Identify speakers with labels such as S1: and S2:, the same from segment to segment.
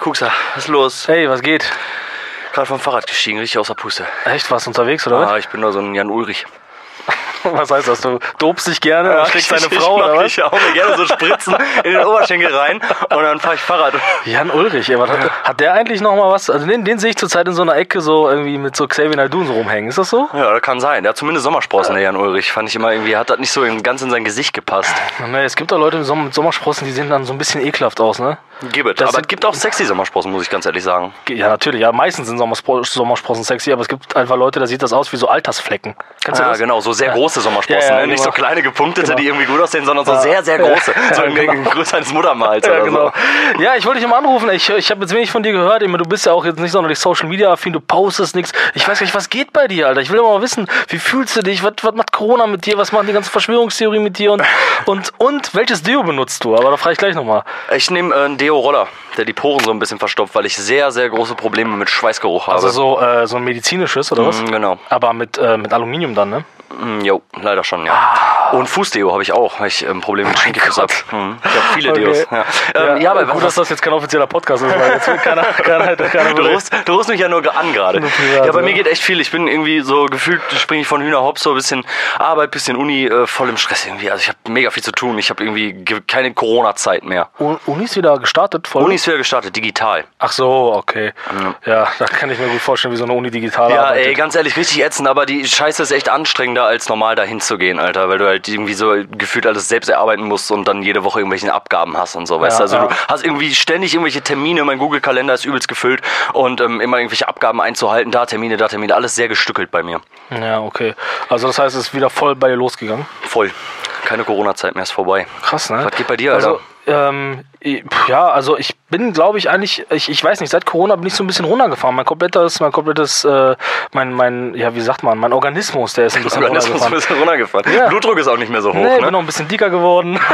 S1: Kuxa, was ist los?
S2: Hey, was geht?
S1: Gerade vom Fahrrad gestiegen, richtig aus der Puste.
S2: Echt, warst du unterwegs oder
S1: Ah, ich bin nur so ein Jan Ulrich.
S2: was? Was heißt das? Du dobst dich gerne und schlägst deine
S1: ich,
S2: Frau
S1: ich,
S2: oder was?
S1: Ich hau mir gerne so Spritzen in den Oberschenkel rein und dann fahre ich Fahrrad.
S2: Jan Ulrich, ey, was hat, hat der eigentlich nochmal was? Also den, den sehe ich zurzeit in so einer Ecke so irgendwie mit so Xavier Naldun so rumhängen. Ist das so?
S1: Ja, das kann sein. Der hat zumindest Sommersprossen, der Jan Ulrich. Fand ich immer irgendwie, hat das nicht so in- ganz in sein Gesicht gepasst.
S2: Ne, es gibt da Leute mit, Sommer, mit Sommersprossen, die sehen dann so ein bisschen ekelhaft aus, ne?
S1: Gibbet.
S2: Das
S1: Aber
S2: sind-
S1: es gibt auch sexy Sommersprossen, muss ich ganz ehrlich sagen.
S2: Ja, natürlich. Ja, meistens sind Sommerspro Sommersprossen sexy, aber es gibt einfach Leute, da sieht das aus wie so Altersflecken. Kennst du
S1: Ja,
S2: das?
S1: genau, so sehr große Sommersprossen.
S2: Ja, ja,
S1: ne? Nicht so
S2: genau.
S1: kleine gepunktete,
S2: Genau.
S1: die irgendwie gut aussehen, sondern so
S2: Ja.
S1: sehr, sehr große.
S2: Ja,
S1: so in
S2: genau.
S1: in Größe eines Muttermals
S2: Ja,
S1: oder
S2: genau.
S1: so.
S2: ja, ich wollte dich immer anrufen. Ich, ich habe jetzt wenig von dir gehört. Ich meine, Du bist ja auch jetzt nicht sonderlich Social Media affin, du postest nichts. Ich weiß gar nicht, was geht bei dir, Alter. Ich will immer mal wissen, wie fühlst du dich? Was, was macht Corona mit dir? Was machen die ganzen Verschwörungstheorien mit dir? Und, und, und welches Deo benutzt du? Aber da frage ich gleich nochmal.
S1: Ich nehme äh, einen Deo-Roller, der die Poren so ein bisschen verstopft, weil ich sehr, sehr große Probleme mit Schweißgeruch habe.
S2: Also so, äh, so ein medizinisches oder was?
S1: Mm, genau.
S2: Aber mit, äh, mit Aluminium dann, ne?
S1: Mm, Jo, leider schon,
S2: Ah.
S1: ja. Und Fußdeo habe ich auch, weil ich ähm, Probleme
S2: Oh
S1: mit Schenkelfuß habe. Hm, ich habe viele Deos. Ja, ähm, ja, aber
S2: gut, dass
S1: was,
S2: das jetzt kein offizieller Podcast ist, weil jetzt will keiner, keiner, keiner
S1: du, rufst, du rufst mich ja nur ge- an gerade.
S2: Nur privat,
S1: Ja, bei
S2: ja.
S1: mir geht echt viel. Ich bin irgendwie so gefühlt, springe ich von Hühnerhop so ein bisschen Arbeit, bisschen Uni, äh, voll im Stress irgendwie. Also ich habe mega viel zu tun. Ich habe irgendwie ge- keine Corona-Zeit mehr.
S2: Un- Uni ist wieder gestartet, voll.
S1: Uni ist wieder gestartet, digital.
S2: Ach so, okay. Ja, da kann ich mir gut vorstellen, wie so eine Uni digital
S1: Ja,
S2: arbeitet.
S1: ey, ganz ehrlich, richtig ätzend, aber die Scheiße ist echt anstrengender, als normal dahin zu gehen, Alter, weil du halt irgendwie so gefühlt alles selbst erarbeiten musst und dann jede Woche irgendwelche Abgaben hast und so, weißt du? Also
S2: ja.
S1: du hast irgendwie ständig irgendwelche Termine, mein Google-Kalender ist übelst gefüllt und ähm, immer irgendwelche Abgaben einzuhalten, da Termine, da Termine, alles sehr gestückelt bei mir.
S2: Ja, okay. Also das heißt, es ist wieder voll bei dir losgegangen.
S1: Voll. Keine Corona-Zeit mehr, ist vorbei.
S2: Krass, ne?
S1: Was geht bei dir,
S2: Also,
S1: Alter?
S2: ähm, ich- pf, ja, also ich bin, glaube ich, eigentlich, ich, ich weiß nicht, seit Corona bin ich so ein bisschen runtergefahren. Mein komplettes, mein komplettes, äh, mein, mein, ja, wie sagt man, mein Organismus, der ist ein bisschen
S1: Organismus ist ein
S2: runtergefahren.
S1: bisschen runtergefahren.
S2: Ja.
S1: Blutdruck ist auch nicht mehr so hoch,
S2: Nee, bin
S1: ne?
S2: noch ein bisschen dicker geworden.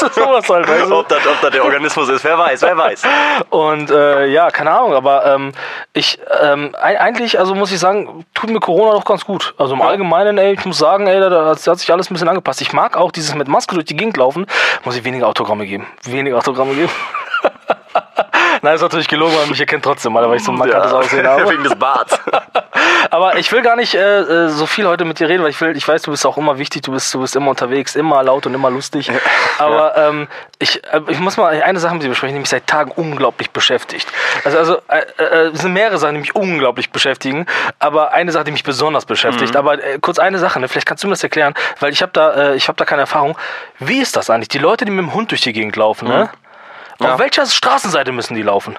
S2: Also, sowas halt, weißt du?
S1: Ob das, ob das der Organismus ist, wer weiß, wer weiß.
S2: Und äh, ja, keine Ahnung, aber ähm, ich ähm, ei- eigentlich, also muss ich sagen, tut mir Corona doch ganz gut. Also im Allgemeinen, ey, ich muss sagen, ey, da, da hat sich alles ein bisschen angepasst. Ich mag auch dieses mit Maske durch die Gegend laufen, muss ich weniger Autogramme geben. Weniger Autogramme geben. Nein, ist natürlich gelogen, weil mich erkennt trotzdem mal, weil ich so ein markantes Aussehen habe.
S1: Wegen des Barts.
S2: Aber ich will gar nicht äh, äh, so viel heute mit dir reden, weil ich will, ich weiß, du bist auch immer wichtig, du bist, du bist immer unterwegs, immer laut und immer lustig. Aber ähm, ich, äh, ich muss mal eine Sache mit dir besprechen, die mich seit Tagen unglaublich beschäftigt. Also, also äh, äh, es sind mehrere Sachen, die mich unglaublich beschäftigen, aber eine Sache, die mich besonders beschäftigt. Aber äh, kurz eine Sache, ne? vielleicht kannst du mir das erklären, weil ich habe da, äh, ich habe da keine Erfahrung. Wie ist das eigentlich? Die Leute, die mit dem Hund durch die Gegend laufen, ne? Auf welcher Straßenseite müssen die laufen?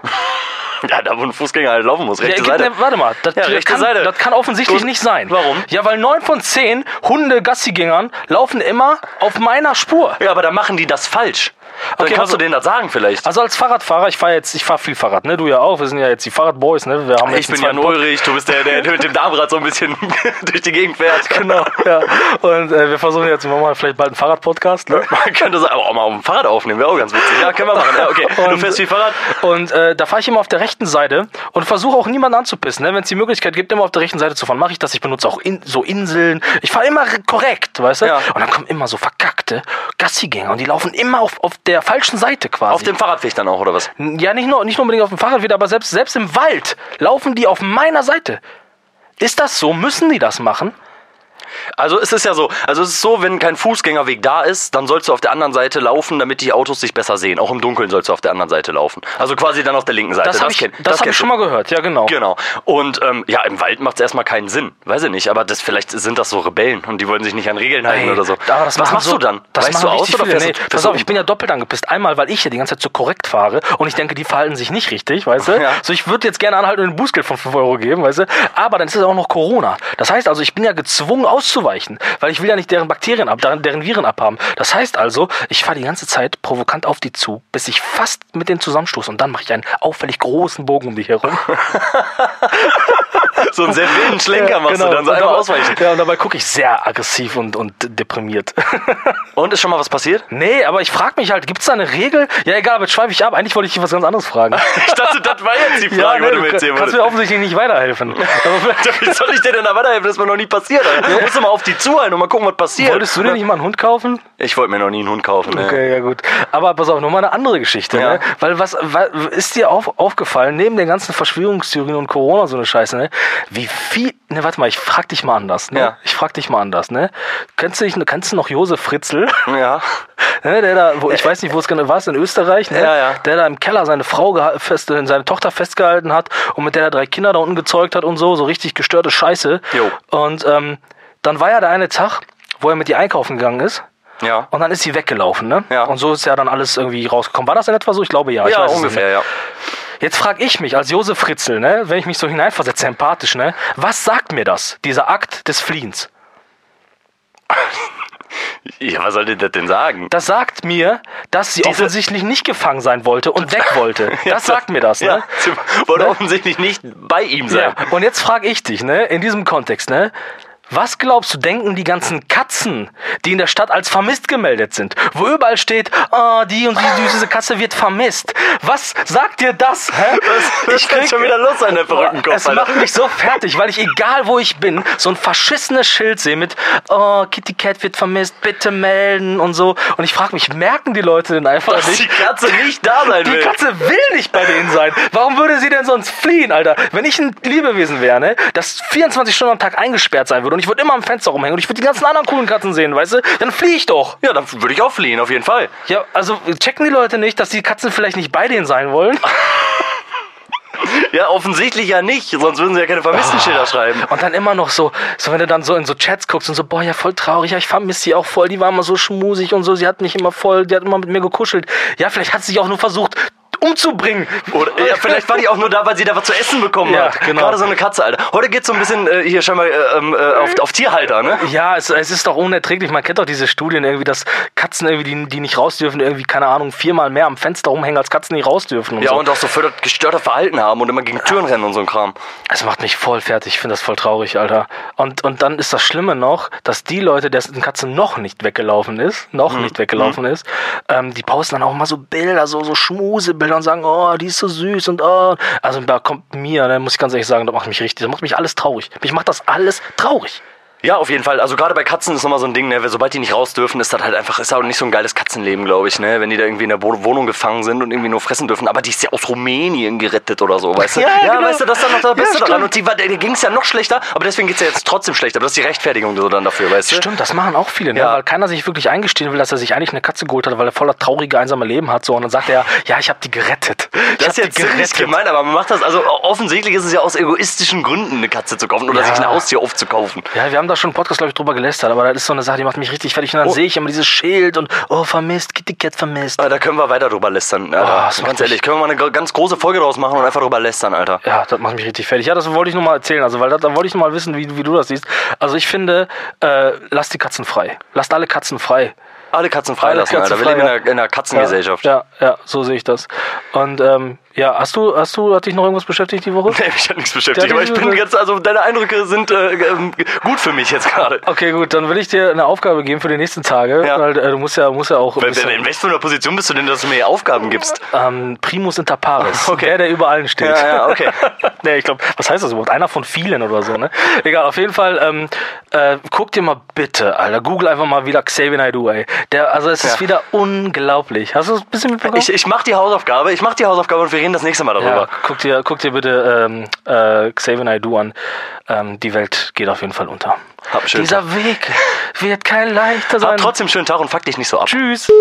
S1: Ja, da wo ein Fußgänger halt laufen muss, rechte
S2: Ja,
S1: Seite.
S2: ne, warte mal, das,
S1: Ja,
S2: das,
S1: rechte
S2: kann,
S1: Seite.
S2: das kann offensichtlich
S1: Und-
S2: nicht sein.
S1: Warum?
S2: Ja, weil neun von zehn Hunde Gassigängern laufen immer auf meiner Spur.
S1: Ja, aber da machen die das falsch. Dann
S2: Okay,
S1: kannst du
S2: also-
S1: denen das sagen vielleicht.
S2: Also als Fahrradfahrer, ich fahre jetzt, ich fahre viel Fahrrad, ne? Du ja auch, wir sind ja jetzt die Fahrradboys, ne? Wir haben jetzt
S1: Ah, ich bin
S2: einen
S1: Jan
S2: zweiten Pod-
S1: Ulrich, du bist der, der, der mit dem Darmrad so ein bisschen durch die Gegend fährt.
S2: Genau, ja. Und äh, wir versuchen jetzt wir machen mal vielleicht bald einen Fahrradpodcast, ne?
S1: Man könnte es aber auch mal auf dem Fahrrad aufnehmen, wäre auch ganz witzig. Ja, können wir machen. Ja, okay. Du
S2: Und-
S1: fährst wie Fahrrad?
S2: Und äh, da fahre ich immer auf der rechten Seite und versuche auch niemanden anzupissen. Ne? Wenn es die Möglichkeit gibt, immer auf der rechten Seite zu fahren, mache ich das. Ich benutze auch in, so Inseln. Ich fahre immer re- korrekt, weißt du?
S1: Ja.
S2: Und dann kommen immer so verkackte Gassigänger und die laufen immer auf, auf der falschen Seite quasi.
S1: Auf dem Fahrradweg dann auch, oder was?
S2: ja, nicht nur, nicht nur unbedingt auf dem Fahrrad wieder, aber selbst, selbst im Wald laufen die auf meiner Seite. Ist das so? Müssen die das machen?
S1: Also es ist ja so, also es ist so, wenn kein Fußgängerweg da ist, dann sollst du auf der anderen Seite laufen, damit die Autos dich besser sehen. Auch im Dunkeln sollst du auf der anderen Seite laufen. Also quasi dann auf der linken Seite.
S2: Das, habe ich,
S1: kenn-
S2: das hab ich
S1: kennst du.
S2: schon mal gehört, ja genau.
S1: Genau. Und ähm, ja, im Wald macht es erstmal keinen Sinn. Weiß ich nicht, aber das, vielleicht sind das so Rebellen und die wollen sich nicht an Regeln halten
S2: Ey,
S1: oder so.
S2: aber das
S1: Was
S2: machen
S1: machst
S2: so,
S1: du dann?
S2: Das
S1: weißt du
S2: machen
S1: aus
S2: richtig
S1: oder
S2: viele.
S1: fährst
S2: Nee,
S1: du, fährst
S2: pass
S1: du
S2: auf, ich bin ja doppelt angepisst. Einmal, weil ich ja die ganze Zeit so korrekt fahre und ich denke, die verhalten sich nicht richtig, weißt du?
S1: Ja.
S2: So, ich würde jetzt gerne anhalten und ein Bußgeld von 5 Euro geben, weißt du? Aber dann ist es auch noch Corona. Das heißt also, ich bin ja gezwungen auszuweichen, weil ich will ja nicht deren Bakterien ab, deren, deren Viren abhaben. Das heißt also, ich fahre die ganze Zeit provokant auf die zu, bis ich fast mit denen zusammenstoße und dann mache ich einen auffällig großen Bogen um die herum.
S1: so einen sehr wilden Schlenker machst
S2: Genau.
S1: du dann so
S2: Und
S1: einmal
S2: dabei-
S1: ausweichen.
S2: Ja, und dabei gucke ich sehr aggressiv und, und deprimiert.
S1: Und ist schon mal was passiert?
S2: Nee, aber ich frage mich halt, gibt es da eine Regel? Ja, egal, aber jetzt schweife ich ab. Eigentlich wollte ich dich was ganz anderes fragen.
S1: Ich dachte, das war jetzt die
S2: ja,
S1: Frage, ja,
S2: du
S1: mir erzählen
S2: kannst
S1: wolltest.
S2: mir offensichtlich nicht weiterhelfen. Also, Aber vielleicht-
S1: Wie soll ich dir denn da weiterhelfen? Das ist mir noch nie passiert. Alter. Du musst doch mal auf die zuhalten und mal gucken, was passiert.
S2: Wolltest du dir nicht mal einen Hund kaufen?
S1: Ich wollte mir noch nie einen Hund kaufen. ne?
S2: Okay, ja gut. Aber pass auf, nochmal eine andere Geschichte.
S1: Ja.
S2: Ne? Weil was, wa- ist dir auf, aufgefallen, neben den ganzen Verschwörungstheorien und Corona so eine Scheiße, ne? wie viel, ne, warte mal, ich frag dich mal anders. Ne?
S1: Ja.
S2: Ich frag dich mal anders. Ne? Kennst, du dich, kennst du noch Josef Fritzl?
S1: Ja.
S2: Ne, der da, wo, ich weiß nicht, wo es genau war, es in Österreich, ne?
S1: Äh, Ja, ja.
S2: der da im Keller seine Frau geha- fest, äh, seine Tochter festgehalten hat und mit der er drei Kinder da unten gezeugt hat und so, so richtig gestörte Scheiße.
S1: Jo.
S2: Und ähm, dann war ja der eine Tag, wo er mit ihr einkaufen gegangen ist.
S1: Ja.
S2: Und dann ist sie weggelaufen, ne?
S1: Ja.
S2: Und so ist ja dann alles irgendwie rausgekommen. War das in etwa so? Ich glaube ja. ich
S1: ja,
S2: weiß es
S1: ungefähr,
S2: nicht.
S1: ja.
S2: Jetzt frage ich mich als Josef Fritzl, ne? Wenn ich mich so hineinversetze, empathisch, ne? Was sagt mir das, dieser Akt des Fliehens?
S1: Ja, was soll denn das denn sagen?
S2: Das sagt mir, dass sie offensichtlich nicht gefangen sein wollte und weg wollte. Das sagt mir das,
S1: Ja,
S2: ne?
S1: sie wollte
S2: Ne?
S1: offensichtlich nicht bei ihm
S2: Ja.
S1: sein.
S2: Und jetzt frage ich dich, ne? In diesem Kontext, ne? Was glaubst du, denken die ganzen Katzen, die in der Stadt als vermisst gemeldet sind? Wo überall steht, ah, die und die, diese Katze wird vermisst. Was sagt dir das? Hä?
S1: Ich krieg schon wieder Lust an der Perückenkopf.
S2: Es macht mich so fertig, weil ich, egal wo ich bin, so ein verschissenes Schild sehe mit Oh, Kitty Cat wird vermisst, bitte melden und so. Und ich frage mich, merken die Leute denn einfach
S1: dass die
S2: nicht?
S1: Katze nicht da sein
S2: Die
S1: will.
S2: Katze will nicht bei denen sein. Warum würde sie denn sonst fliehen, Alter? Wenn ich ein Liebewesen wäre, ne, das 24 Stunden am Tag eingesperrt sein würde und ich würde immer am Fenster rumhängen und ich würde die ganzen anderen coolen Katzen sehen, weißt du, dann fliehe ich doch.
S1: Ja, dann würde ich auch fliehen, auf jeden Fall.
S2: Ja, also checken die Leute nicht, dass die Katzen vielleicht nicht bei denen sein wollen?
S1: Ja, offensichtlich ja nicht, sonst würden sie ja keine Vermisstenschilder schreiben.
S2: Und dann immer noch so, so wenn du dann so in so Chats guckst und so, boah, ja, voll traurig, ja, ich vermisse sie auch voll, die war immer so schmusig und so, sie hat mich immer voll, die hat immer mit mir gekuschelt. Ja, vielleicht hat sie sich auch nur versucht, umzubringen.
S1: Oder ja, vielleicht war die auch nur da, weil sie da was zu essen bekommen
S2: Ja,
S1: hat.
S2: genau.
S1: Gerade so eine Katze, Alter. Heute geht's so ein bisschen äh, hier scheinbar äh, ähm, äh, auf, auf Tierhalter, ne?
S2: Ja, es, es ist doch unerträglich. Man kennt doch diese Studien irgendwie, dass Katzen irgendwie, die, die nicht raus dürfen, irgendwie, keine Ahnung, viermal mehr am Fenster rumhängen, als Katzen, die raus dürfen. Und
S1: Ja,
S2: so.
S1: und auch so völlig gestörte Verhalten haben und immer gegen Türen rennen und so ein Kram.
S2: Es macht mich voll fertig. Ich finde das voll traurig, Alter. Und, und dann ist das Schlimme noch, dass die Leute, dessen Katze noch nicht weggelaufen ist, noch nicht weggelaufen ist, ähm, die posten dann auch immer so Bilder, so, so Schmusebilder und sagen, oh, die ist so süß und oh. Also da kommt mir, ne, muss ich ganz ehrlich sagen, das macht mich richtig, das macht mich alles traurig. Mich macht das alles traurig.
S1: Ja, auf jeden Fall. Also gerade bei Katzen ist nochmal so ein Ding, ne? weil sobald die nicht raus dürfen, ist das halt einfach, ist auch nicht so ein geiles Katzenleben, glaube ich, ne? Wenn die da irgendwie in der Bo- Wohnung gefangen sind und irgendwie nur fressen dürfen. Aber die ist ja aus Rumänien gerettet oder so, weißt du?
S2: Ja, genau.
S1: weißt du, das ist dann noch
S2: Ja,
S1: das Beste
S2: stimmt.
S1: dran. Und die, war- der ging es ja noch schlechter, aber deswegen geht's ja jetzt trotzdem schlechter. Aber das ist die Rechtfertigung so dann dafür, weißt du?
S2: Stimmt, das machen auch viele, ne?
S1: Ja.
S2: weil keiner sich wirklich eingestehen will, dass er sich eigentlich eine Katze geholt hat, weil er voller traurige, einsame Leben hat. So. Und dann sagt er, ja, ich habe die gerettet. Ich
S1: Das
S2: hab
S1: ist jetzt
S2: die
S1: ziemlich gemein, aber man macht das, also offensichtlich ist es ja aus egoistischen Gründen, eine Katze zu kaufen oder
S2: Ja.
S1: sich ein Haustier aufzukaufen.
S2: Ja, wir haben da schon einen Podcast, glaube ich, drüber gelästert, aber das ist so eine Sache, die macht mich richtig fertig. Und dann
S1: Oh.
S2: sehe ich immer dieses Schild und, oh, vermisst, Kitty Cat vermisst.
S1: Aber Ah, da können wir weiter drüber lästern,
S2: Oh,
S1: Alter.
S2: das macht
S1: ganz ehrlich,
S2: mich-
S1: können wir mal eine gro- ganz große Folge draus machen und einfach drüber lästern, Alter.
S2: Ja, das macht mich richtig fertig. Ja, das wollte ich nur mal erzählen, also, weil das- da wollte ich nur mal wissen, wie, wie du das siehst. Also, ich finde, äh, lasst die Katzen frei. Lasst alle Katzen frei.
S1: Alle Katzen freilassen,
S2: Alle Katzen
S1: Alter. Wir leben in
S2: frei,
S1: einer, in einer Katzengesellschaft.
S2: Ja, ja, ja, so sehe ich das. Und, ähm, ja, hast du, hast du, hat dich noch irgendwas beschäftigt die Woche?
S1: Nee, mich hat nichts
S2: Der
S1: beschäftigt,
S2: hat
S1: aber
S2: nichts
S1: ich bin
S2: beschäftigt.
S1: jetzt, also deine Eindrücke sind äh, ähm, gut für mich jetzt gerade.
S2: Okay, gut, dann will ich dir eine Aufgabe geben für die nächsten Tage,
S1: Ja.
S2: weil äh, du musst ja, musst ja auch ein
S1: In in
S2: bisschen,
S1: welcher Position bist du denn, dass du mir hier Aufgaben gibst?
S2: ähm, Primus inter pares,
S1: Okay.
S2: der, der über allen steht.
S1: Ja, ja, okay.
S2: nee, ich glaube, was heißt das überhaupt? Einer von vielen oder so, ne? Egal, auf jeden Fall, ähm, äh, guck dir mal bitte, Alter, google einfach mal wieder Xavier Naidoo, ey. Der, also es ist
S1: Ja.
S2: wieder unglaublich. Hast du es ein bisschen mitbekommen?
S1: Ich, ich mach die Hausaufgabe, ich mach die Hausaufgabe und wir reden das nächste Mal
S2: ja,
S1: darüber.
S2: guck dir, guck dir bitte ähm, äh, Xavier Naidoo an. Ähm, die Welt geht auf jeden Fall unter.
S1: Hab einen schönen
S2: Dieser Weg wird kein leichter sein.
S1: Hab trotzdem schönen Tag und fuck dich nicht so ab.
S2: Tschüss.